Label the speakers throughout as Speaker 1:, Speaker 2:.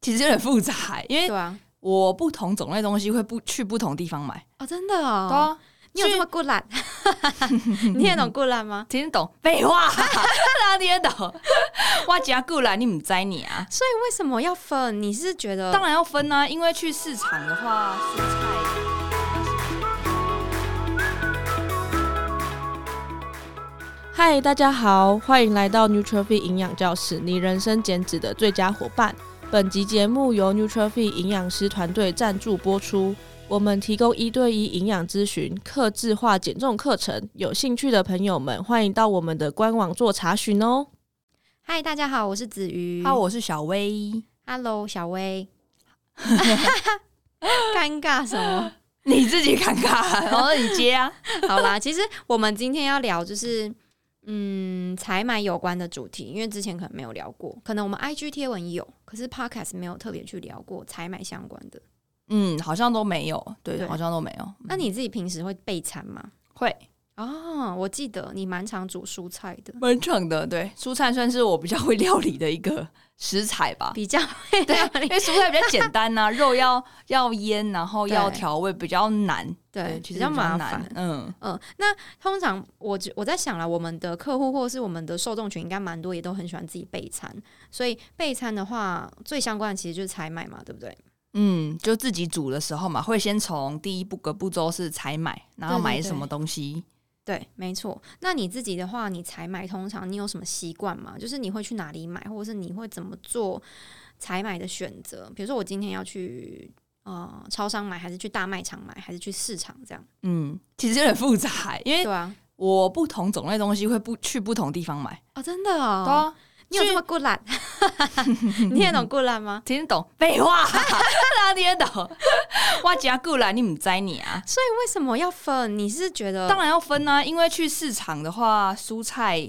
Speaker 1: 其实有点复杂、因
Speaker 2: 对
Speaker 1: 为
Speaker 2: 啊，
Speaker 1: 我不同种类东西会不去不同地方买。
Speaker 2: 哦，真的
Speaker 1: 对
Speaker 2: 哦，
Speaker 1: 啊，
Speaker 2: 你有这么固懒？ 你也懂固懒吗？
Speaker 1: 听得懂？废话， 哪听得懂？我加固啦，你唔摘你啊？
Speaker 2: 所以为什么要分？你是觉得
Speaker 1: 当然要分啊，因为去市场的话，蔬菜。
Speaker 3: 嗨，大家好，欢迎来到 Nutrify 营养教室，你人生减脂的最佳伙伴。本集节目由 Nutrify 营养师团队赞助播出。我们提供一对一营养咨询、客制化减重课程，有兴趣的朋友们欢迎到我们的官网做查询哦。
Speaker 2: 嗨，大家好，我是子瑜。
Speaker 1: 啊，我是小 薇，
Speaker 2: Hello，小 薇。尴尬什么？
Speaker 1: 你自己看看， 然后你接啊。
Speaker 2: 好啦，其实我们今天要聊就是嗯采买有关的主题，因为之前可能没有聊过，可能我们 IG 贴文有，可是 Podcast 没有特别去聊过采买相关的。
Speaker 1: 嗯，好像都没有，对，
Speaker 2: 对
Speaker 1: 好像都没有。
Speaker 2: 那你自己平时会备餐吗？
Speaker 1: 会
Speaker 2: 嗯哦，我记得你蛮常煮蔬菜的，
Speaker 1: 蛮长的，对，蔬菜算是我比较会料理的一个食材吧。
Speaker 2: 比较会
Speaker 1: 对
Speaker 2: 料，
Speaker 1: 因
Speaker 2: 理
Speaker 1: 为蔬菜比较简单呐、肉要要腌，然后要
Speaker 2: 对
Speaker 1: 调味比较难，
Speaker 2: 对，
Speaker 1: 其
Speaker 2: 比
Speaker 1: 实
Speaker 2: 较麻
Speaker 1: 难
Speaker 2: 烦。。
Speaker 1: 嗯，
Speaker 2: 嗯，那通常我觉我在想了，我们的客户或是我们的受众群应该蛮多，也都很喜欢自己备餐。所以备餐的话，最相关的其实就是采买嘛，对不对？
Speaker 1: 嗯，就自己煮的时候嘛，会先从第一步个步骤是采买，然后
Speaker 2: 对对
Speaker 1: 买
Speaker 2: 对
Speaker 1: 什么东西。
Speaker 2: 对，没错。那你自己的话，你采买通常你有什么习惯吗？就是你会去哪里买，或者是你会怎么做采买的选择？比如说我今天要去呃超商买，还是去大卖场买，还是去市场这样？
Speaker 1: 嗯，其实有点复杂、因
Speaker 2: 对
Speaker 1: 为
Speaker 2: 啊，
Speaker 1: 我不同种类东西会不去不同地方买。
Speaker 2: 哦，真的
Speaker 1: 对啊，
Speaker 2: 哦，你有这么固 懒？你也懂固懒吗？
Speaker 1: 听得懂？废话， 哪听得懂？ 我加固来，你唔摘你啊？
Speaker 2: 所以为什么要分？你是觉得
Speaker 1: 当然要分啊，因为去市场的话，蔬菜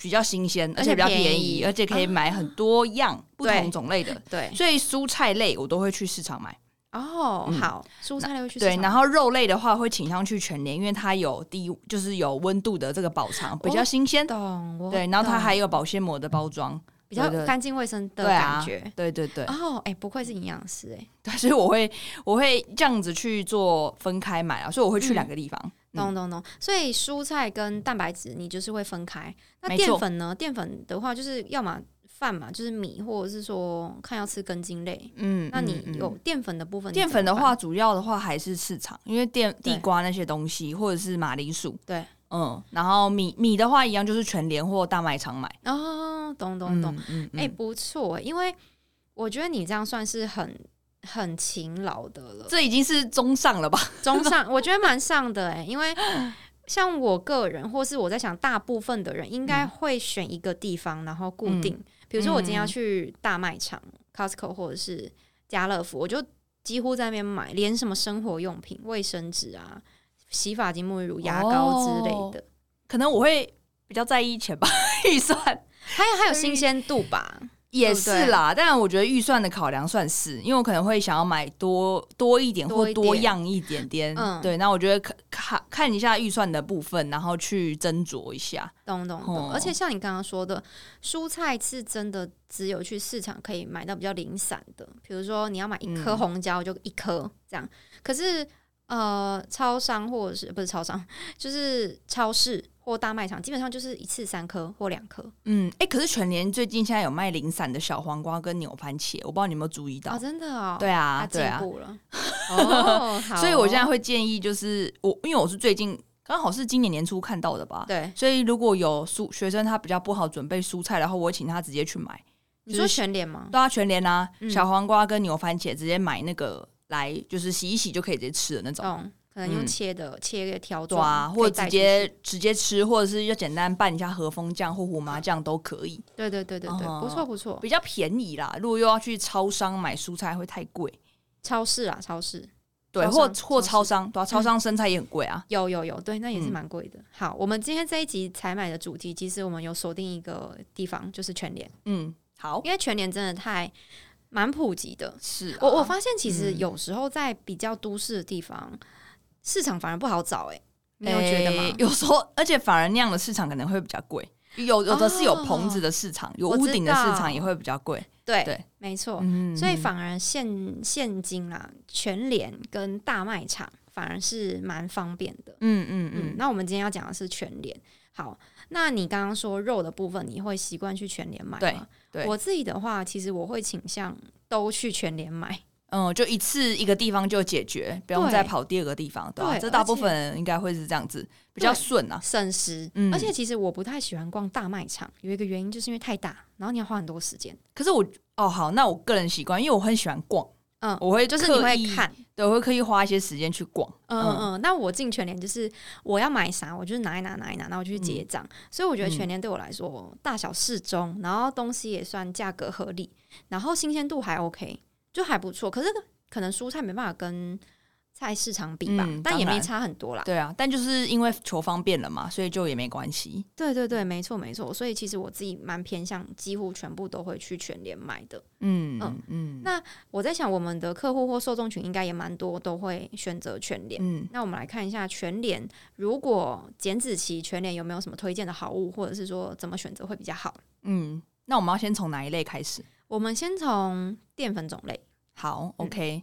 Speaker 1: 比较新鲜，而
Speaker 2: 而
Speaker 1: 且
Speaker 2: 且
Speaker 1: 比较
Speaker 2: 便宜
Speaker 1: 便宜，而且可以买很多样、不同
Speaker 2: 对
Speaker 1: 种类的，
Speaker 2: 对
Speaker 1: 所以蔬菜类我都会去市场买。
Speaker 2: 哦，
Speaker 1: 嗯
Speaker 2: 好，蔬菜类会去市
Speaker 1: 对，
Speaker 2: 场
Speaker 1: 然后肉类的话会倾向去全年，因为它有低，就是有温度的这个保藏，比较新鲜。
Speaker 2: 哦懂我
Speaker 1: 对，然后它
Speaker 2: 懂
Speaker 1: 还有保鲜膜的包装。
Speaker 2: 比较
Speaker 1: 对对
Speaker 2: 干净卫生的
Speaker 1: 对啊
Speaker 2: 感觉。
Speaker 1: 对对对，
Speaker 2: 哦，哎、不愧是营养师哎、
Speaker 1: 对，所以我会我会这样子去做分开买啊，所以我会去两个地方。嗯
Speaker 2: 懂懂懂。所以蔬菜跟蛋白质你就是会分开。那
Speaker 1: 没错
Speaker 2: 淀粉呢？淀粉的话就是要么饭嘛，就是米，或者是说看要吃根茎类。
Speaker 1: 嗯
Speaker 2: 那
Speaker 1: 嗯嗯
Speaker 2: 你有淀粉的部分？
Speaker 1: 淀粉的话，，主要的话还是市场，因为淀
Speaker 2: 对
Speaker 1: 地瓜那些东西，或者是马铃薯，
Speaker 2: 对，
Speaker 1: 嗯，然后米米的话一样，就是全联或大卖场买，
Speaker 2: 哦，懂懂懂。
Speaker 1: 嗯，嗯
Speaker 2: 哎、不错欸、因为我觉得你这样算是很很勤劳的了。
Speaker 1: 这已经是中上了吧？
Speaker 2: 中上，我觉得蛮上的哎、因为像我个人，或是我在想，大部分的人应该会选一个地方，然后固定。比如说，我今天要去大卖场、Costco 或者是家乐福，我就几乎在那边买，连什么生活用品、卫生纸啊、洗发精、沐浴乳、牙膏之类的，
Speaker 1: 可能我会比较在意钱吧，预算
Speaker 2: 还有还有新鲜度吧。
Speaker 1: 也是啦，但我觉得预算的考量算是，因为我可能会想要买多多一点
Speaker 2: 多
Speaker 1: 或
Speaker 2: 一点
Speaker 1: 多样一点点，
Speaker 2: 嗯
Speaker 1: 对，那我觉得看看看一下预算的部分，然后去斟酌一下，
Speaker 2: 懂懂懂，
Speaker 1: 哦
Speaker 2: 而且像你刚刚说的，蔬菜是真的只有去市场可以买到比较零散的，比如说你要买一颗
Speaker 1: 嗯
Speaker 2: 红椒就一颗这样。可是呃，超商或者是不是超商，就是超市或大卖场，基本上就是一次三颗或两颗。
Speaker 1: 嗯，哎、可是全联最近现在有卖零散的小黄瓜跟牛番茄，我不知道你有没有注意到。
Speaker 2: 哦，真的哦，
Speaker 1: 对啊，
Speaker 2: 他进
Speaker 1: 对啊，
Speaker 2: 步了。哦，好哦
Speaker 1: 所以我现在会建议，就是我因为我是最近刚好是今年年初看到的吧，
Speaker 2: 哦对
Speaker 1: 所以如果有蔬学生他比较不好准备蔬菜，然后我会请他直接去买，
Speaker 2: 你说全脸吗？
Speaker 1: 对啊，全联啊，
Speaker 2: 嗯
Speaker 1: 小黄瓜跟牛番茄直接买那个来，就是洗一洗就可以直接吃的那种。
Speaker 2: 懂，可能用
Speaker 1: 嗯
Speaker 2: 切的、切条
Speaker 1: 对
Speaker 2: 状
Speaker 1: 啊，
Speaker 2: 哦可以
Speaker 1: 或者
Speaker 2: 带
Speaker 1: 直
Speaker 2: 出
Speaker 1: 接
Speaker 2: 去
Speaker 1: 直接吃，或者是要简单拌一下和风酱或胡麻酱都可以，
Speaker 2: 对对对对对，不错
Speaker 1: 哦
Speaker 2: 不错，
Speaker 1: 比较便宜啦。如果又要去超商买蔬菜会太贵，
Speaker 2: 超市啊超市。
Speaker 1: 对，
Speaker 2: 超
Speaker 1: 或
Speaker 2: 商
Speaker 1: 或
Speaker 2: 超嗯
Speaker 1: 超商，对啊，超商生菜也很贵啊。
Speaker 2: 有有有，对，那也是
Speaker 1: 嗯
Speaker 2: 蛮贵的。好，我们今天这一集采买的主题，其实我们有锁定一个地方，就是全联，
Speaker 1: 嗯，好，
Speaker 2: 因为全联真的太蛮普及的。
Speaker 1: 是啊
Speaker 2: 我我发现其实
Speaker 1: 嗯
Speaker 2: 有时候在比较都市的地方，市场反而不好找、欸，哎，你有觉得吗？
Speaker 1: 诶有时候，而且反而那样的市场可能会比较贵，有有的是有棚子的市场，有
Speaker 2: 哦我
Speaker 1: 屋
Speaker 2: 知
Speaker 1: 顶的市
Speaker 2: 道
Speaker 1: 场也会比较贵。
Speaker 2: 对，
Speaker 1: 对
Speaker 2: 没错。
Speaker 1: 嗯，
Speaker 2: 所以反而现现金啦，全联跟大卖场反而是蛮方便的。
Speaker 1: 嗯嗯
Speaker 2: 嗯，
Speaker 1: 嗯，
Speaker 2: 那我们今天要讲的是全联。好，那你刚刚说肉的部分，你会习惯去全联买吗？
Speaker 1: 对对
Speaker 2: 我自己的话，其实我会倾向都去全联买。
Speaker 1: 嗯，就一次一个地方就解决，不用
Speaker 2: 对
Speaker 1: 再跑第二个地方，对吧、
Speaker 2: 对
Speaker 1: 这大
Speaker 2: 而且
Speaker 1: 部分人应该会是这样子，比较
Speaker 2: 对
Speaker 1: 顺啊。
Speaker 2: 省时，
Speaker 1: 嗯
Speaker 2: 而且其实我不太喜欢逛大卖场，有一个原因就是因为太大，然后你要花很多时间。
Speaker 1: 可是我哦好，那我个人习惯，因为我很喜欢逛，
Speaker 2: 嗯，
Speaker 1: 我会
Speaker 2: 就是
Speaker 1: 刻
Speaker 2: 你会
Speaker 1: 意，
Speaker 2: 看，
Speaker 1: 对，我会刻意花一些时间去逛。
Speaker 2: 嗯
Speaker 1: 嗯
Speaker 2: 嗯嗯。那我进全联就是我要买啥，我就是拿一拿拿一拿，然后我就去
Speaker 1: 嗯
Speaker 2: 结账。所以我觉得全联对我来说大小适中，然后东西也算价格合理，然后新鲜度还 OK，就还不错。可是可能蔬菜没办法跟菜市场比吧，
Speaker 1: 嗯
Speaker 2: 但也
Speaker 1: 当
Speaker 2: 没
Speaker 1: 然
Speaker 2: 差很多啦。
Speaker 1: 对啊，但就是因为求方便了嘛，所以就也没关系。
Speaker 2: 对对对，没错没错。所以其实我自己蛮偏向，几乎全部都会去全联买的。
Speaker 1: 嗯
Speaker 2: 嗯
Speaker 1: 嗯
Speaker 2: 那我在想，我们的客户或受众群应该也蛮多，都会选择全联。
Speaker 1: 嗯，
Speaker 2: 那我们来看一下全联，如果减脂期全联有没有什么推荐的好物，或者是说怎么选择会比较好？
Speaker 1: 嗯，那我们要先从哪一类开始？
Speaker 2: 我们先从淀粉种类，
Speaker 1: 好，OK。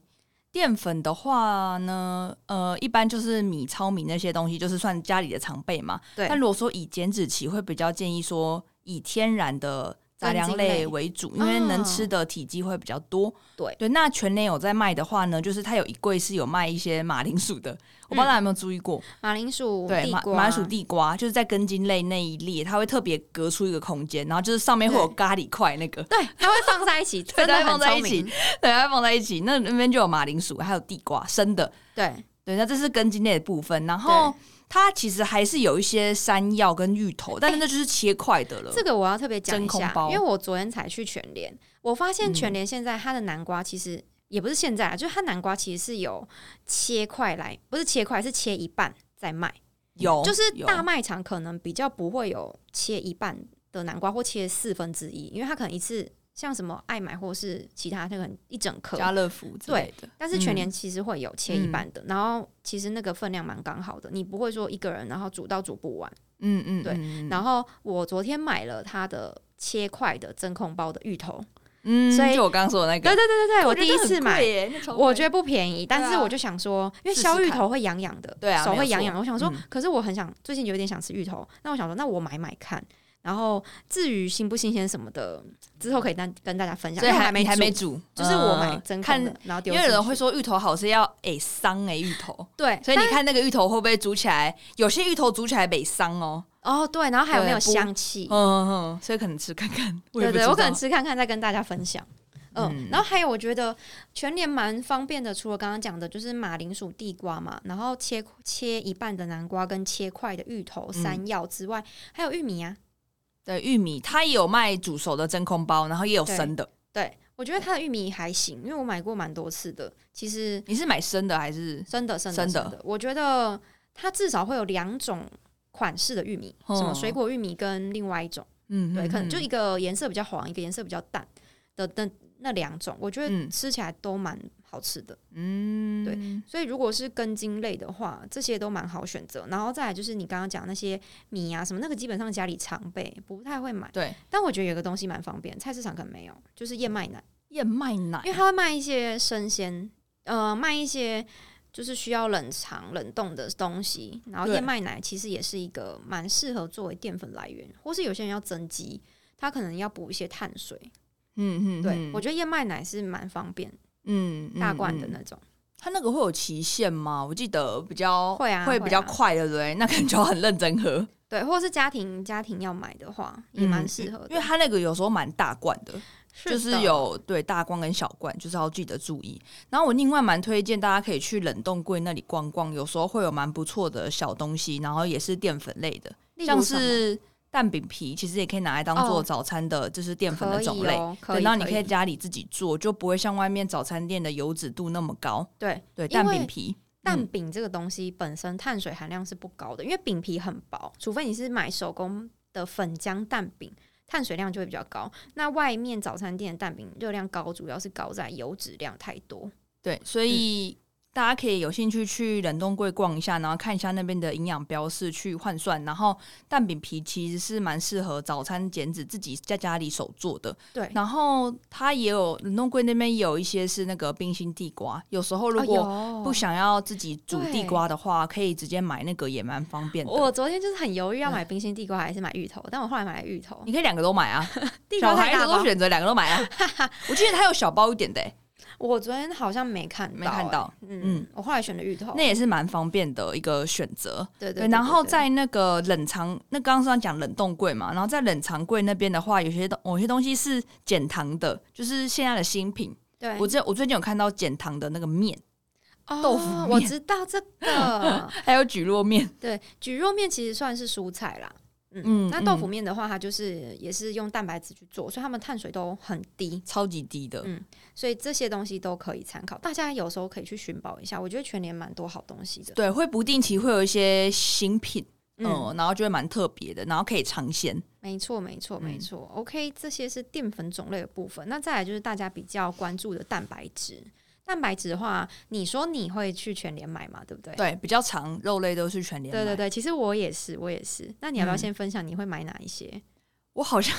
Speaker 1: 淀粉的话呢，呃，一般就是米、糙米那些东西，就是算家里的常备嘛。
Speaker 2: 对
Speaker 1: 但如果说以减脂期，会比较建议说以天然的杂粮
Speaker 2: 根茎类
Speaker 1: 类为主，因为
Speaker 2: 哦
Speaker 1: 能吃的体积会比较多。
Speaker 2: 对
Speaker 1: 对，那全年有在卖的话呢，就是它有一柜是有卖一些马铃薯的，我不知道大家有没有注意过？
Speaker 2: 马铃薯、
Speaker 1: 对，
Speaker 2: 嗯地
Speaker 1: 马
Speaker 2: 瓜、
Speaker 1: 马薯、地瓜就是在根茎类那一列，它会特别隔出一个空间，然后就是上面会有
Speaker 2: 对
Speaker 1: 咖喱块那个，
Speaker 2: 对，它会放在 一起，
Speaker 1: 对
Speaker 2: 真的
Speaker 1: 它会
Speaker 2: 很
Speaker 1: 放在
Speaker 2: 聪
Speaker 1: 一起
Speaker 2: 明。
Speaker 1: 对，它放在一起。那那边就有马铃薯，还有地瓜生的。
Speaker 2: 对，
Speaker 1: 对，那这是根茎类的部分。然后它其实还是有一些山药跟芋头，但是那就是切块的了。
Speaker 2: 这个我要特别讲一
Speaker 1: 呃真
Speaker 2: 下
Speaker 1: 空，包嗯
Speaker 2: 因为我昨天才去全联，我发现全联现在它的南瓜其实、也不是现在啊，就是它南瓜其实是有切块来，不是切块，是切一半再卖。
Speaker 1: 有
Speaker 2: 就是
Speaker 1: 有
Speaker 2: 大卖场可能比较不会有切一半的南瓜或切四分之一，因为它可能一次像什么爱买或是其他那个一整颗，
Speaker 1: 家乐福之类的。
Speaker 2: 但是全年其实会有切一半的，然后其实那个分量蛮刚好的，你不会说一个人然后煮到煮不完。
Speaker 1: 嗯嗯，
Speaker 2: 对
Speaker 1: 嗯，
Speaker 2: 然后我昨天买了它的切块的真空包的芋头，
Speaker 1: 嗯，
Speaker 2: 所以
Speaker 1: 就我刚刚说的那个，
Speaker 2: 对对对对对，我
Speaker 1: 我
Speaker 2: 第一次买。
Speaker 1: 买
Speaker 2: 我觉得不便宜，但
Speaker 1: 对
Speaker 2: 是
Speaker 1: 啊
Speaker 2: 我就想说，因为
Speaker 1: 试试
Speaker 2: 削芋
Speaker 1: 看
Speaker 2: 头会痒痒的，
Speaker 1: 对啊
Speaker 2: 手
Speaker 1: 没
Speaker 2: 会
Speaker 1: 有
Speaker 2: 痒痒。
Speaker 1: 错
Speaker 2: 我想说，
Speaker 1: 嗯
Speaker 2: 可是我很想，最近有点想吃芋头，那我想说，那我买买看。然后至于新不新鲜什么的，之后可以跟跟大家分享。
Speaker 1: 所以
Speaker 2: 因为我
Speaker 1: 还
Speaker 2: 还没
Speaker 1: 你还
Speaker 2: 煮
Speaker 1: 没，煮，
Speaker 2: 就是我买
Speaker 1: 嗯
Speaker 2: 真空
Speaker 1: 看
Speaker 2: 的，然后丢
Speaker 1: 因
Speaker 2: 进
Speaker 1: 为
Speaker 2: 去。
Speaker 1: 有人会说芋头好是要诶伤诶芋 头，
Speaker 2: 对，
Speaker 1: 所以你
Speaker 2: 但
Speaker 1: 看那个芋头会不会煮起来？有些芋头煮起来北伤哦，
Speaker 2: 哦对，然后还有没有
Speaker 1: 对不
Speaker 2: 香气？
Speaker 1: 嗯嗯，所以可能吃看看。也
Speaker 2: 对
Speaker 1: 不
Speaker 2: 对，
Speaker 1: 知
Speaker 2: 我可能
Speaker 1: 道
Speaker 2: 吃看看，再跟大家分享。嗯
Speaker 1: 嗯，
Speaker 2: 然后还有我觉得全年蛮方便的，除了刚刚讲的，就是马铃薯、地瓜嘛，然后切切一半的南瓜跟切块的芋头、
Speaker 1: 嗯
Speaker 2: 山药之外，还有玉米啊。
Speaker 1: 对玉米，它也有卖煮熟的真空包，然后也有
Speaker 2: 对
Speaker 1: 生的。
Speaker 2: 对，我觉得它的玉米还行，因为我买过蛮多次的。其实
Speaker 1: 你是买生的还是？
Speaker 2: 真的，真的，
Speaker 1: 真的
Speaker 2: 真的，我觉得它至少会有两种款式的玉米，
Speaker 1: 哦
Speaker 2: 什么水果玉米跟另外一种，
Speaker 1: 嗯
Speaker 2: 对，可能就
Speaker 1: 嗯
Speaker 2: 一个颜色比较黄，一个颜色比较淡的那那两种，我觉得
Speaker 1: 嗯
Speaker 2: 吃起来都蛮好吃的。
Speaker 1: 嗯，
Speaker 2: 对所以如果是根茎类的话，这些都蛮好选择。然后再来就是你刚刚讲那些米啊什么，那个基本上家里常备，不太会买。
Speaker 1: 对
Speaker 2: 但我觉得有个东西蛮方便，菜市场可能没有，就是燕麦奶。
Speaker 1: 燕麦奶
Speaker 2: 因为它会卖一些生鲜，呃，卖一些就是需要冷藏、冷冻的东西。然后
Speaker 1: 对
Speaker 2: 燕麦奶其实也是一个蛮适合作为淀粉来源，或是有些人要增肌，他可能要补一些碳水。
Speaker 1: 嗯嗯，
Speaker 2: 对、
Speaker 1: 嗯
Speaker 2: 我觉得燕麦奶是蛮方便，
Speaker 1: 嗯
Speaker 2: 大罐的。
Speaker 1: 嗯嗯
Speaker 2: 那种。
Speaker 1: 它那个会有期限吗？我记得比较
Speaker 2: 会啊
Speaker 1: 会
Speaker 2: 会
Speaker 1: 比较
Speaker 2: 啊
Speaker 1: 快，对不对？那可能就要很认真喝，
Speaker 2: 对，或者是家庭家庭要买的话，也蛮适合的、
Speaker 1: 嗯因为它那个有时候蛮大罐的。
Speaker 2: 的
Speaker 1: 就是有对大罐跟小罐，就是要记得注意。然后我另外蛮推荐大家可以去冷冻柜那里逛逛，有时候会有蛮不错的小东西，然后也是淀粉类的，
Speaker 2: 例如
Speaker 1: 像
Speaker 2: 什么
Speaker 1: 是蛋饼皮，其实也可以拿来当
Speaker 2: 哦
Speaker 1: 做早餐的，就是淀粉
Speaker 2: 可
Speaker 1: 的
Speaker 2: 以
Speaker 1: 种类。
Speaker 2: 哦，可
Speaker 1: 等
Speaker 2: 以，
Speaker 1: 到你可
Speaker 2: 可
Speaker 1: 以家里自己做，就不会像外面早餐店的油脂度那么高。
Speaker 2: 对
Speaker 1: 对，
Speaker 2: 因为
Speaker 1: 蛋饼皮，
Speaker 2: 蛋
Speaker 1: 嗯
Speaker 2: 饼这个东西本身碳水含量是不高的，因为饼皮很薄，除非你是买手工的粉浆蛋饼，碳水量就会比较高。那外面早餐店的蛋饼热量高，主要是高在油脂量太多。
Speaker 1: 对，所以大家可以有兴趣去冷冻柜逛一下，然后看一下那边的营养标示去换算。然后蛋饼皮其实是蛮适合早餐减脂，自己在家里手做的。
Speaker 2: 对，
Speaker 1: 然后它也有冷冻柜那边也有一些是那个冰心地瓜，有时候如
Speaker 2: 哦
Speaker 1: 果
Speaker 2: 有
Speaker 1: 不想要自己煮地
Speaker 2: 对
Speaker 1: 瓜的话，可以直接买那个也蛮方便的。嗯
Speaker 2: 我昨天就是很犹豫要买冰心地瓜还是买芋头，但我后来买了芋头。
Speaker 1: 你可以两个都买啊，
Speaker 2: 地瓜
Speaker 1: 小
Speaker 2: 太
Speaker 1: 孩
Speaker 2: 大
Speaker 1: 子都
Speaker 2: 包，哦
Speaker 1: 选择两个都买啊。 我记得它有小包一点的欸、
Speaker 2: 我昨天好像没看到、
Speaker 1: 没看到
Speaker 2: 欸嗯
Speaker 1: 嗯，
Speaker 2: 我后来选的芋头。
Speaker 1: 那也是蛮方便的一个选择。
Speaker 2: 对
Speaker 1: 对，然后在那个冷藏，那刚刚是要讲冷冻柜嘛，然后在冷藏柜那边的话，有些东某些东西是减糖的，就是现在的新品。
Speaker 2: 对
Speaker 1: 我这我最近有看到减糖的那个面，
Speaker 2: 哦
Speaker 1: 豆腐面
Speaker 2: 我知道这个。
Speaker 1: 还有蒟蒻面，
Speaker 2: 对，蒟蒻面其实算是蔬菜啦。嗯，
Speaker 1: 嗯
Speaker 2: 那豆腐
Speaker 1: 嗯
Speaker 2: 面的话，它就是也是用蛋白质去做，所以它们碳水都很低，
Speaker 1: 超级低的。
Speaker 2: 嗯所以这些东西都可以参考。大家有时候可以去寻宝一下，我觉得全年蛮多好东西的。
Speaker 1: 对，会不定期会有一些新品，嗯、
Speaker 2: 嗯，
Speaker 1: 然后就会蛮特别的，然后可以尝鲜。
Speaker 2: 没错，没错，
Speaker 1: 嗯
Speaker 2: 没错。OK，这些是淀粉种类的部分。那再来就是大家比较关注的蛋白质。蛋白质的话，你说你会去全联买嘛？对不对？
Speaker 1: 对，比较长，肉类都是全联。
Speaker 2: 对对，对，其实我也是，我也是。那你要不要
Speaker 1: 嗯
Speaker 2: 先分享你会买哪一些？
Speaker 1: 我好像。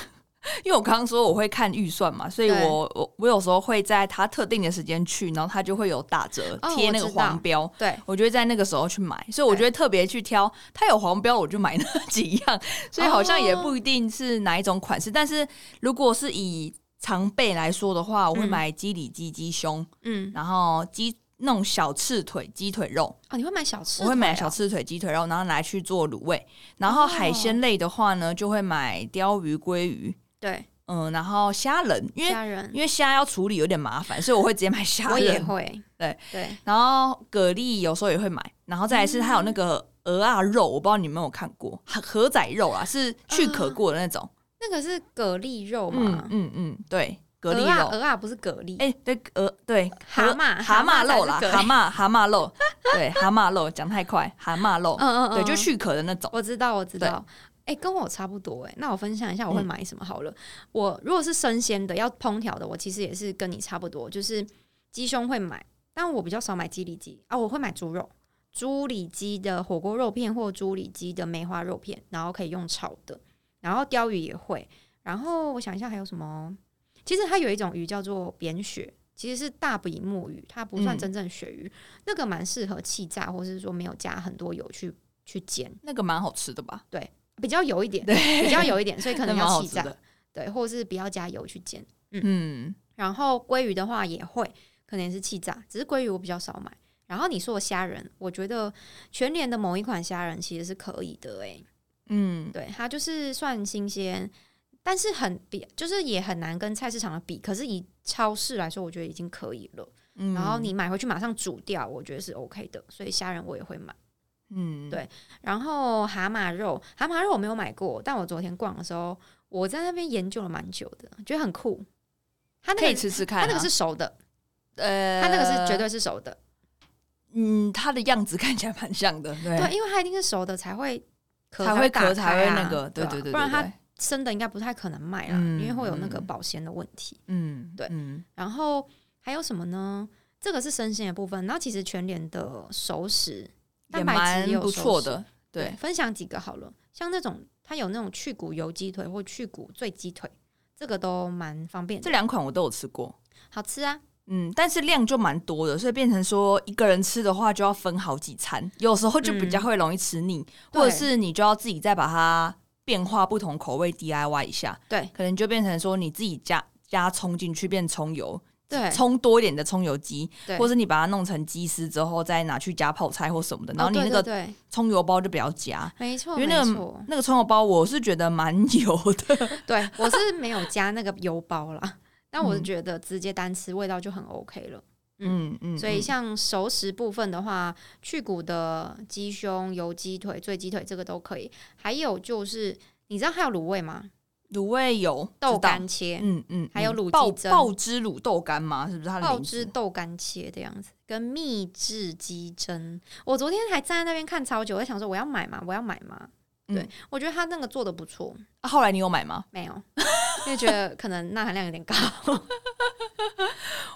Speaker 1: 因为我刚刚说我会看预算嘛，所以
Speaker 2: 对
Speaker 1: 我我我有时候会在它特定的时间去，然后它就会有打折
Speaker 2: 哦
Speaker 1: 贴
Speaker 2: 我
Speaker 1: 那个
Speaker 2: 知道
Speaker 1: 黄标，
Speaker 2: 对，
Speaker 1: 我就会在那个时候去买，所以我
Speaker 2: 对
Speaker 1: 就会特别去挑，它有黄标我就买那几样， 所以好像也不一定是哪一种款式，但是如果是以常备来说的话，我会
Speaker 2: 嗯
Speaker 1: 买鸡里脊、鸡胸，
Speaker 2: 嗯，
Speaker 1: 然后鸡那种小翅腿鸡腿肉，
Speaker 2: 哦，你会买小吃、
Speaker 1: 我会买小。翅腿鸡腿肉，然后拿来去做卤味，然后海鲜类的话呢，就会买鲷鱼、鲑鱼，
Speaker 2: 对，
Speaker 1: 嗯，然后虾仁，因为
Speaker 2: 家人，
Speaker 1: 因为虾要处理有点麻烦，所以我会直接买虾
Speaker 2: 我也
Speaker 1: 仁，
Speaker 2: 会，
Speaker 1: 对
Speaker 2: 对，
Speaker 1: 然后蛤蜊有时候也会买，然后再来是它有那个鹅啊肉，我不知道你们有没有看过河河仔肉啊，是去壳过的那种。
Speaker 2: 那个是蛤蜊肉
Speaker 1: 嗯
Speaker 2: 嘛？
Speaker 1: 嗯嗯，对，蛤蜊
Speaker 2: 啊
Speaker 1: 肉。
Speaker 2: 鹅啊不是蛤蜊，
Speaker 1: 哎、对，鹅对
Speaker 2: 蛤蟆
Speaker 1: 蛤
Speaker 2: 蛤
Speaker 1: 蟆
Speaker 2: 蟆
Speaker 1: 肉
Speaker 2: 才
Speaker 1: 啦，
Speaker 2: 是蛤
Speaker 1: 蛤蟆蛤蟆肉， 对，蛤蟆肉讲太快，蛤蟆肉，
Speaker 2: 嗯嗯
Speaker 1: 对，就，去壳的那种。
Speaker 2: 我知道，我知
Speaker 1: 对
Speaker 2: 道。哎、跟我差不多哎、那我分享一下我会
Speaker 1: 嗯
Speaker 2: 买什么好了。我如果是生鲜的，要烹调的，我其实也是跟你差不多，就是鸡胸会买，但我比较少买鸡里脊啊，我会买猪肉，猪里脊的火锅肉片或猪里脊的梅花肉片，然后可以用炒的，然后鲷鱼也会，然后我想一下还有什么，其实它有一种鱼叫做扁鳕，其实是大比目鱼，它不
Speaker 1: 嗯
Speaker 2: 算真正鳕鱼，那个蛮适合气炸，或是说没有加很多油去去煎。
Speaker 1: 那个蛮好吃的 吧？
Speaker 2: 比较油一点，
Speaker 1: 对
Speaker 2: 比较油一点，所以可能
Speaker 1: 那蛮
Speaker 2: 要
Speaker 1: 好
Speaker 2: 气
Speaker 1: 吃
Speaker 2: 炸，
Speaker 1: 的。
Speaker 2: 对，或是不要加油去煎。
Speaker 1: 嗯，
Speaker 2: 然后鲑鱼的话也会，可能也是气炸，只是鲑鱼我比较少买。然后你说的虾仁，我觉得全年的某一款虾仁其实是可以的、欸，
Speaker 1: 嗯，
Speaker 2: 对，它就是算新鲜，但是很比就是也很难跟菜市场的比，可是以超市来说，我觉得已经可以了。
Speaker 1: 嗯
Speaker 2: 然后你买回去马上煮掉，我觉得是 OK 的，所以虾仁我也会买。
Speaker 1: 嗯
Speaker 2: 对然后蛤蟆肉，蛤蟆肉我没有买过，但我昨天逛的时候，我在那边研究了蛮久的，觉得很酷。它那
Speaker 1: 可以
Speaker 2: 个
Speaker 1: 吃吃看、
Speaker 2: 它
Speaker 1: 啊。
Speaker 2: 那个是熟的，
Speaker 1: 呃，
Speaker 2: 它那个是绝对是熟的，
Speaker 1: 嗯，它的样子看起来蛮像的，对，
Speaker 2: 对，因为它一定是熟的才会壳
Speaker 1: 才会
Speaker 2: 打开
Speaker 1: 壳
Speaker 2: 啊
Speaker 1: 才会那个，
Speaker 2: 对
Speaker 1: 对
Speaker 2: 啊
Speaker 1: 对对，
Speaker 2: 不然
Speaker 1: 对
Speaker 2: 它生的应该不太可能卖啦，
Speaker 1: 嗯
Speaker 2: 因为会有那个
Speaker 1: 嗯
Speaker 2: 保鲜的问题。
Speaker 1: 嗯，
Speaker 2: 对
Speaker 1: 嗯
Speaker 2: 然后还有什么呢？这个是生鲜的部分，然后其实全脸的熟食
Speaker 1: 也
Speaker 2: 蛋白质
Speaker 1: 蛮
Speaker 2: 也有
Speaker 1: 不
Speaker 2: 熟
Speaker 1: 错
Speaker 2: 食
Speaker 1: 的。对，
Speaker 2: 分享几个好了，像那种它有那种去骨油鸡腿或去骨醉鸡腿，这个都蛮方便
Speaker 1: 这
Speaker 2: 的，
Speaker 1: 两款我都有吃过，
Speaker 2: 好吃啊。
Speaker 1: 嗯，但是量就蛮多的，所以变成说一个人吃的话就要分好几餐，有时候就比较会容易吃腻，
Speaker 2: 嗯对
Speaker 1: 或者是你就要自己再把它变化不同口味 DIY 一下，
Speaker 2: 对
Speaker 1: 可能就变成说你自己加加葱进去变葱油，
Speaker 2: 对
Speaker 1: 葱多一点的葱油鸡，
Speaker 2: 对，哦
Speaker 1: 或
Speaker 2: 者
Speaker 1: 是你把它弄成鸡丝之后再拿去加泡菜或什么的，然后你那
Speaker 2: 哦对
Speaker 1: 个
Speaker 2: 对
Speaker 1: 葱油包就不要加。
Speaker 2: 对没错
Speaker 1: 因为
Speaker 2: 哦
Speaker 1: 那
Speaker 2: 没
Speaker 1: 个
Speaker 2: 错，
Speaker 1: 那个葱油包，我是觉得蛮油 的，
Speaker 2: 对我是没有加那个油包啦，但我是
Speaker 1: 嗯
Speaker 2: 觉得直接单吃味道就很 OK 了。
Speaker 1: 嗯嗯，
Speaker 2: 所以
Speaker 1: 嗯
Speaker 2: 像熟食部分的话，去骨的鸡胸、油鸡腿、醉鸡腿这个都可以，还有就是你知道还有卤味吗？
Speaker 1: 卤味有
Speaker 2: 豆
Speaker 1: 知道
Speaker 2: 干切，
Speaker 1: 嗯嗯，
Speaker 2: 还有
Speaker 1: 嗯
Speaker 2: 卤鸡
Speaker 1: 爆
Speaker 2: 胗
Speaker 1: 爆汁卤豆干吗？是不是它的
Speaker 2: 爆
Speaker 1: 名
Speaker 2: 汁
Speaker 1: 字
Speaker 2: 豆干切的样子，跟秘制鸡胗。我昨天还站在那边看超久，我在想说我要买吗？我要买吗？对、
Speaker 1: 嗯
Speaker 2: 我觉得他那个做的不错，
Speaker 1: 啊后来你有买吗？
Speaker 2: 没有，因 为觉得可能钠含量有点高。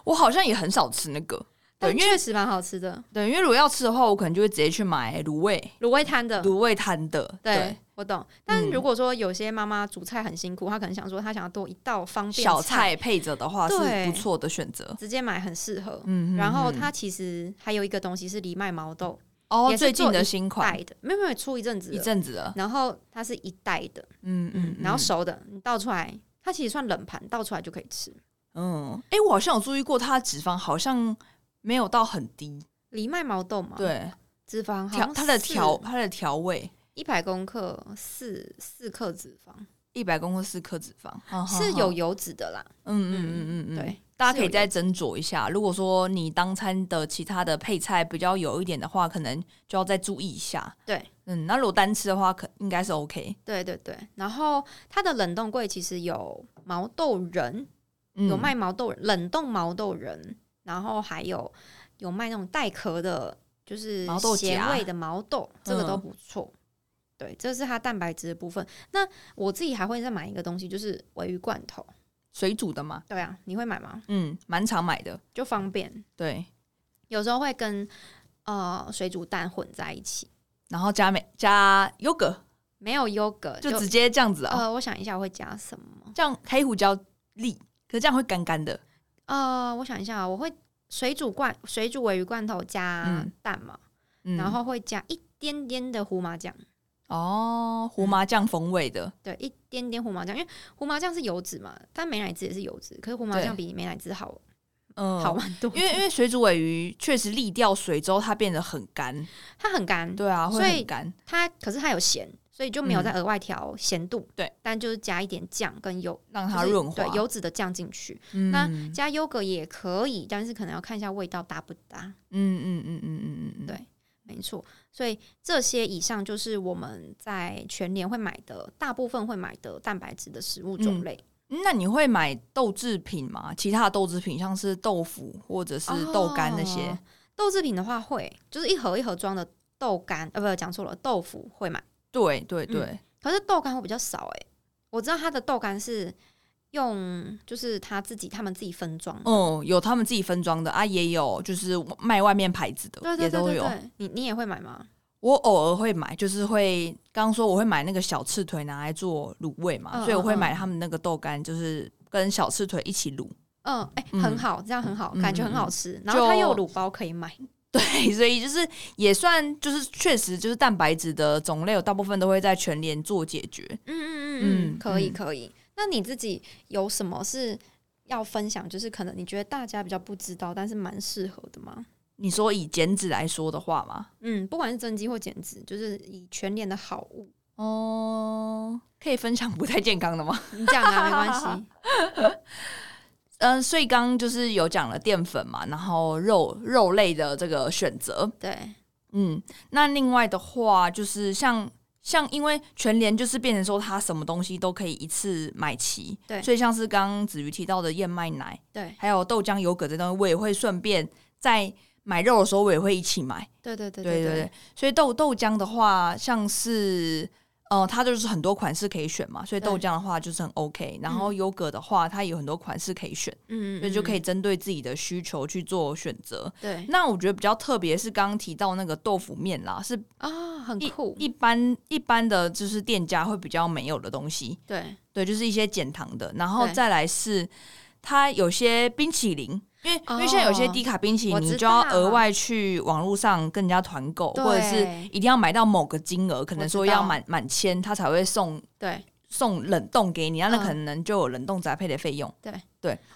Speaker 1: 我好像也很少吃那个，对，
Speaker 2: 但
Speaker 1: 因为
Speaker 2: 确实蛮好吃的，
Speaker 1: 对，因为如果要吃的话，我可能就会直接去买卤味，
Speaker 2: 卤味摊的。
Speaker 1: 卤味摊的，
Speaker 2: 呃对，我懂。但
Speaker 1: 嗯
Speaker 2: 如果说有些妈妈煮菜很辛苦，她可能想说她想要多一道方便
Speaker 1: 小菜配着的话是
Speaker 2: 对
Speaker 1: 不错的选择。
Speaker 2: 直接买很适合。
Speaker 1: 嗯
Speaker 2: 然后
Speaker 1: 嗯
Speaker 2: 它其实还有一个东西是藜麦毛豆
Speaker 1: 哦，
Speaker 2: 也是
Speaker 1: 最近
Speaker 2: 做
Speaker 1: 的
Speaker 2: 一
Speaker 1: 新
Speaker 2: 带
Speaker 1: 款
Speaker 2: 的，没有没有出一阵子
Speaker 1: 一
Speaker 2: 了，
Speaker 1: 阵子了，
Speaker 2: 然后它是一袋的，
Speaker 1: 嗯嗯，
Speaker 2: 然后
Speaker 1: 嗯
Speaker 2: 熟的你倒出来，它其实算冷盘，倒出来就可以吃。
Speaker 1: 嗯，哎，我好像有注意过它的脂肪好像没有到很低，
Speaker 2: 藜麦毛豆嘛，，
Speaker 1: 对，
Speaker 2: 脂肪好
Speaker 1: 调
Speaker 2: 像
Speaker 1: 它的调它的调味
Speaker 2: 一百公克四四克脂肪
Speaker 1: 一百公克四克脂肪
Speaker 2: 是有，
Speaker 1: 嗯
Speaker 2: 油脂的啦，
Speaker 1: 嗯嗯嗯嗯，
Speaker 2: 对。
Speaker 1: 大家可以
Speaker 2: 是有
Speaker 1: 再
Speaker 2: 油
Speaker 1: 斟酌一下。如果说你当餐的其他的配菜比较有一点的话，可能就要再注意一下。
Speaker 2: 对，
Speaker 1: 嗯，那如果单吃的话，可应该是 OK。
Speaker 2: 对对对。然后它的冷冻柜其实有毛豆仁，
Speaker 1: 嗯
Speaker 2: 有卖毛豆仁冷冻毛豆仁，然后还有有卖那种带壳的，就是
Speaker 1: 毛豆
Speaker 2: 咸
Speaker 1: 荚
Speaker 2: 味的毛豆，这个都
Speaker 1: 嗯
Speaker 2: 不错。对，这是它蛋白质的部分。那我自己还会再买一个东西，就是鲔鱼罐头。
Speaker 1: 水煮的嘛，
Speaker 2: 对啊，你会买吗？
Speaker 1: 嗯，蛮常买的。
Speaker 2: 就方便，
Speaker 1: 对，
Speaker 2: 有时候会跟呃水煮蛋混在一起，
Speaker 1: 然后加美加优格，
Speaker 2: 没有优格
Speaker 1: 就直接这样子啊，
Speaker 2: 呃，我想一下我会加什么？
Speaker 1: 这样黑胡椒粒，可是这样会干干的。
Speaker 2: 呃，我想一下啊，我会水煮罐水煮鲔鱼罐头加
Speaker 1: 嗯
Speaker 2: 蛋嘛，
Speaker 1: 嗯，
Speaker 2: 然后会加一点点的胡麻酱，
Speaker 1: 哦，胡麻酱风味的，
Speaker 2: 对，一点点胡麻酱，因为胡麻酱是油脂嘛，但美乃滋也是油脂，可是胡麻
Speaker 1: 对
Speaker 2: 酱比美乃滋好
Speaker 1: 嗯，
Speaker 2: 好。蛮多的，
Speaker 1: 因为因为水煮尾鱼确实沥掉水之后，它变得很干，
Speaker 2: 它很干，
Speaker 1: 对啊，会
Speaker 2: 所以
Speaker 1: 很干，
Speaker 2: 它可是它有咸，所以就没有
Speaker 1: 嗯
Speaker 2: 再额外调咸度，
Speaker 1: 对，
Speaker 2: 但就是加一点酱跟油，
Speaker 1: 让
Speaker 2: 就
Speaker 1: 它
Speaker 2: 是
Speaker 1: 润滑嗯
Speaker 2: 对。油脂的酱进去，那
Speaker 1: 那
Speaker 2: 加优格也可以，但是可能要看一下味道搭不搭。
Speaker 1: 嗯嗯嗯嗯嗯嗯，嗯
Speaker 2: 对没错，所以这些以上就是我们在全年会买的，大部分会买的蛋白质的食物种类。
Speaker 1: 嗯那你会买豆制品吗？其他的豆制品，像是豆腐或者嗯是豆干那些，
Speaker 2: 哦豆制品的话会，就是一盒一盒装的豆干，呃，不，讲错了，豆腐会买，
Speaker 1: 对对对，
Speaker 2: 可是豆干会比较少哎、我知道它的豆干是用，就是他自己他们自己分装的。
Speaker 1: 嗯，有他们自己分装的啊，也有就是卖外面牌子的，
Speaker 2: 对对对
Speaker 1: 哦也都
Speaker 2: 对
Speaker 1: 有。
Speaker 2: 对，你你也会买吗？
Speaker 1: 我偶尔会买，就是会刚刚说我会买那个小刺腿拿来做卤味嘛，
Speaker 2: 嗯
Speaker 1: 所以我会
Speaker 2: 嗯嗯
Speaker 1: 买他们那个豆干，就是跟小刺腿一起卤。
Speaker 2: 嗯，哎、
Speaker 1: 嗯
Speaker 2: 很好，这样很好，
Speaker 1: 嗯
Speaker 2: 感觉很好
Speaker 1: 嗯
Speaker 2: 吃。然后它
Speaker 1: 就
Speaker 2: 又有卤包可以买，
Speaker 1: 对，所以就是也算就是确实就是蛋白质的种类，有大部分都会在全联做解决。
Speaker 2: 嗯嗯嗯
Speaker 1: 嗯
Speaker 2: 嗯，可以
Speaker 1: 嗯
Speaker 2: 可以。那你自己有什么是要分享？就是可能你觉得大家比较不知道，但是蛮适合的吗？
Speaker 1: 你说以减脂来说的话嘛，
Speaker 2: 嗯，不管是增肌或减脂，就是以全脸的好物，
Speaker 1: 哦，可以分享不太健康的 吗？
Speaker 2: 你讲啊，没关系。
Speaker 1: 嗯，所以刚刚就是有讲了淀粉嘛，然后肉肉类的这个选择，
Speaker 2: 对，
Speaker 1: 嗯，那另外的话就是像像因为全联就是变成说它什么东西都可以一次买齐，
Speaker 2: 对
Speaker 1: 所以像是刚刚子瑜提到的燕麦奶，
Speaker 2: 对，
Speaker 1: 还有豆浆、油葛这东西，我也会顺便在买肉的时候我也会一起买，
Speaker 2: 对对对
Speaker 1: 对对
Speaker 2: 对
Speaker 1: 对，所以豆豆浆的话，像是呃，它就是很多款式可以选嘛，所以
Speaker 2: 对
Speaker 1: 豆浆的话就是很 OK。然后优格的话，它有很多款式可以选，
Speaker 2: 嗯，
Speaker 1: 所以就可以
Speaker 2: 嗯
Speaker 1: 针对自己的需求去做选择。
Speaker 2: 对
Speaker 1: 那我觉得比较特别是刚刚提到那个豆腐面啦，是
Speaker 2: 啊，很酷，
Speaker 1: 一般一般的就是店家会比较没有的东西，
Speaker 2: 对
Speaker 1: 对，就是一些减糖的。然后
Speaker 2: 对
Speaker 1: 再来是它有些冰淇淋。因为因为现在有些
Speaker 2: 哦
Speaker 1: 低卡冰淇
Speaker 2: 我
Speaker 1: 淋，你
Speaker 2: 知
Speaker 1: 就要
Speaker 2: 道
Speaker 1: 额外去网络上跟人家团购，
Speaker 2: 对
Speaker 1: 或者是一定要买到某个金额，可能说
Speaker 2: 我知道
Speaker 1: 要满满千，他才会送
Speaker 2: 对，
Speaker 1: 送冷冻给你，那那
Speaker 2: 嗯
Speaker 1: 可能就有冷冻宅配的费用。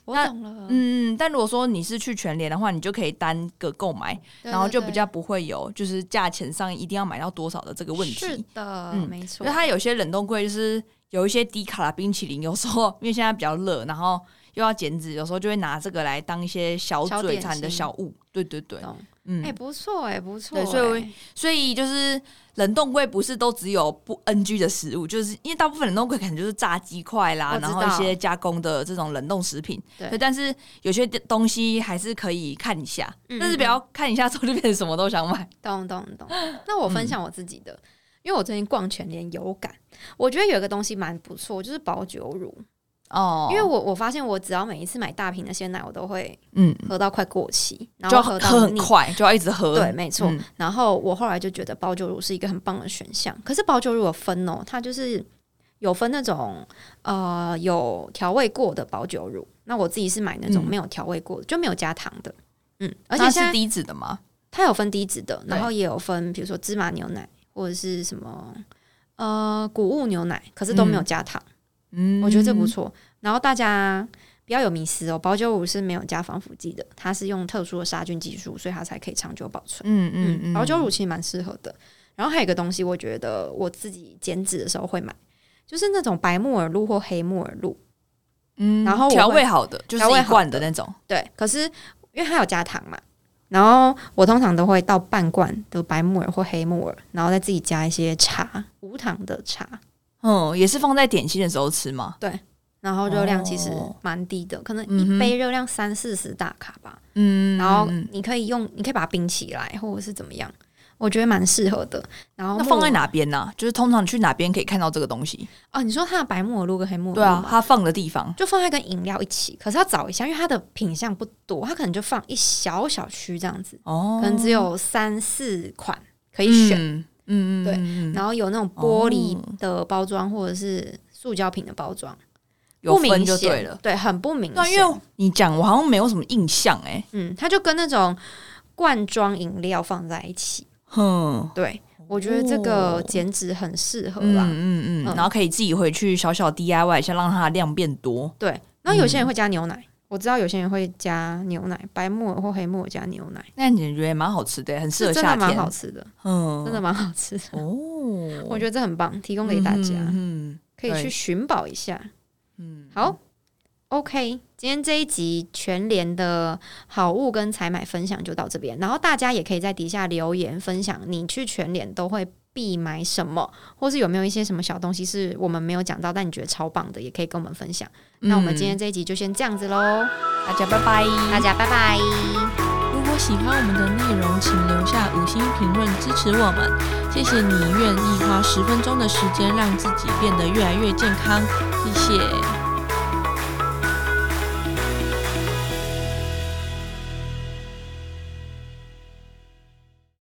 Speaker 2: 我
Speaker 1: 那
Speaker 2: 懂了，
Speaker 1: 嗯，但如果说你是去全联的话，你就可以单个购买，
Speaker 2: 对，
Speaker 1: 然后
Speaker 2: 对
Speaker 1: 就比
Speaker 2: 对
Speaker 1: 较不会有就是价钱上一定要买到多少的这个问题。
Speaker 2: 是的，
Speaker 1: 嗯
Speaker 2: 没错
Speaker 1: 因为，它有些冷冻柜就是有一些低卡的冰淇淋，有时候因为现在比较热，然后又要减脂，有时候就会拿这个来当一些小
Speaker 2: 小
Speaker 1: 嘴
Speaker 2: 点
Speaker 1: 馋的
Speaker 2: 心
Speaker 1: 小物。对对对，
Speaker 2: 懂，
Speaker 1: 嗯，
Speaker 2: 哎，不错哎，不错
Speaker 1: 对
Speaker 2: 哎，
Speaker 1: 所以我所以就是冷冻柜不是都只有不 NG 的食物，就是因为大部分冷冻柜可能就是炸鸡块啦
Speaker 2: 我，知
Speaker 1: 然
Speaker 2: 道
Speaker 1: 后一些加工的这种冷冻食品。
Speaker 2: 对
Speaker 1: 但是有些东西还是可以看一下，
Speaker 2: 嗯
Speaker 1: 但是不要看一下之后就变成什么都想买。
Speaker 2: 懂懂懂。那我
Speaker 1: 嗯
Speaker 2: 分享我自己的，因为我最近逛全联有感，我觉得有一个东西蛮不错，就是保酒乳。
Speaker 1: 哦
Speaker 2: 因为我我发现我只要每一次买大瓶的鲜奶，我都会
Speaker 1: 嗯
Speaker 2: 喝到快过期，然
Speaker 1: 就要
Speaker 2: 后喝
Speaker 1: 喝
Speaker 2: 到
Speaker 1: 很
Speaker 2: 腻。
Speaker 1: 快，就要一直喝。
Speaker 2: 对，没错。
Speaker 1: 嗯
Speaker 2: 然后我后来就觉得保酒乳是一个很棒的选项，可是保酒乳有分哦，它就是有分那种呃有调味过的保酒乳，那我自己是买那种
Speaker 1: 嗯
Speaker 2: 没有调味过的，就没有加糖的。嗯，而且
Speaker 1: 那
Speaker 2: 现
Speaker 1: 是
Speaker 2: 在
Speaker 1: 低脂的嘛，
Speaker 2: 它有分低脂的，然
Speaker 1: 对
Speaker 2: 后也有分比如说芝麻牛奶或者是什么呃谷物牛奶，可是都没有
Speaker 1: 嗯
Speaker 2: 加糖。
Speaker 1: 嗯，
Speaker 2: 我觉得这不。错。然后大家不要有迷思哦，保酒乳是没有加防腐剂的，它是用特殊的杀菌技术，所以它才可以长久保存。
Speaker 1: 嗯嗯嗯，
Speaker 2: 保酒乳其实蛮适合的。然后还有一个东西，我觉得我自己减脂的时候会买，就是那种白木耳露或黑木耳露。
Speaker 1: 嗯，
Speaker 2: 然后我会
Speaker 1: 调味好的就是
Speaker 2: 调味
Speaker 1: 一
Speaker 2: 好
Speaker 1: 罐
Speaker 2: 的
Speaker 1: 的那种，
Speaker 2: 对，可是因为它有加糖嘛，然后我通常都会倒半罐的白木耳或黑木耳，然后再自己加一些茶，无糖的茶。
Speaker 1: 嗯，也是放在点心的时候吃嘛，
Speaker 2: 然后热量其实
Speaker 1: 哦
Speaker 2: 蛮低的，可能
Speaker 1: 嗯
Speaker 2: 一
Speaker 1: 哼
Speaker 2: 杯热量三四十大卡吧。
Speaker 1: 嗯，
Speaker 2: 然后
Speaker 1: 嗯嗯
Speaker 2: 你可以用，你可以把它冰起来，或者是怎么样，我觉得蛮适合的。然后
Speaker 1: 那
Speaker 2: 木
Speaker 1: 放在
Speaker 2: 耳
Speaker 1: 哪边呢？就是通常去哪边可以看到这个东西？
Speaker 2: 哦，你说它的白木耳露跟黑木耳
Speaker 1: 对
Speaker 2: 露
Speaker 1: 啊，
Speaker 2: 吗，
Speaker 1: 它放的地方，
Speaker 2: 就放在跟饮料一起。可是要找一下，因为它的品相不多，它可能就放一小小区这样子，
Speaker 1: 哦，
Speaker 2: 可能只有三四款可以选。
Speaker 1: 嗯嗯，嗯
Speaker 2: 对
Speaker 1: 嗯嗯
Speaker 2: 然后有那种玻璃
Speaker 1: 哦
Speaker 2: 的包装，或者是塑胶瓶的包装，
Speaker 1: 有
Speaker 2: 不明
Speaker 1: 分就
Speaker 2: 显
Speaker 1: 对了。，
Speaker 2: 对，很不明
Speaker 1: 对啊，
Speaker 2: 显。
Speaker 1: 因为你讲我好像没有什么印象哎，
Speaker 2: 嗯，它就跟那种罐装饮料放在一起，
Speaker 1: 哼，
Speaker 2: 对。我觉得这个
Speaker 1: 哦
Speaker 2: 减脂很适合
Speaker 1: 嗯
Speaker 2: 啦，
Speaker 1: 嗯
Speaker 2: 嗯
Speaker 1: 嗯，然后可以自己回去小小 DIY 一下，让它的量变多。
Speaker 2: 对，然后有些人会加牛奶，
Speaker 1: 嗯
Speaker 2: 我知道有些人会加牛奶，白木耳或黑木耳加牛奶，
Speaker 1: 那你觉得也蛮好吃的，很适
Speaker 2: 是
Speaker 1: 合
Speaker 2: 真的
Speaker 1: 夏
Speaker 2: 蛮
Speaker 1: 天
Speaker 2: 好，吃的，
Speaker 1: 嗯，
Speaker 2: 真的蛮好吃的。
Speaker 1: 哦，
Speaker 2: 我觉得这很棒，提供
Speaker 1: 得
Speaker 2: 给大家，
Speaker 1: 嗯，
Speaker 2: 可以去寻宝一下。
Speaker 1: 嗯，嗯，
Speaker 2: 好，OK，今天这一集全联的好物跟采买分享就到这边，然后大家也可以在底下留言分享，你去全联都会。必买什么，或是有没有一些什么小东西是我们没有讲到，但你觉得超棒的，也可以跟我们分享。那我们今天这一集就先这样子喽，
Speaker 1: 嗯大家拜拜，
Speaker 2: 大家拜拜。
Speaker 3: 如果喜欢我们的内容，请留下五星评论支持我们。谢谢你愿意花十分钟的时间让自己变得越来越健康，谢谢。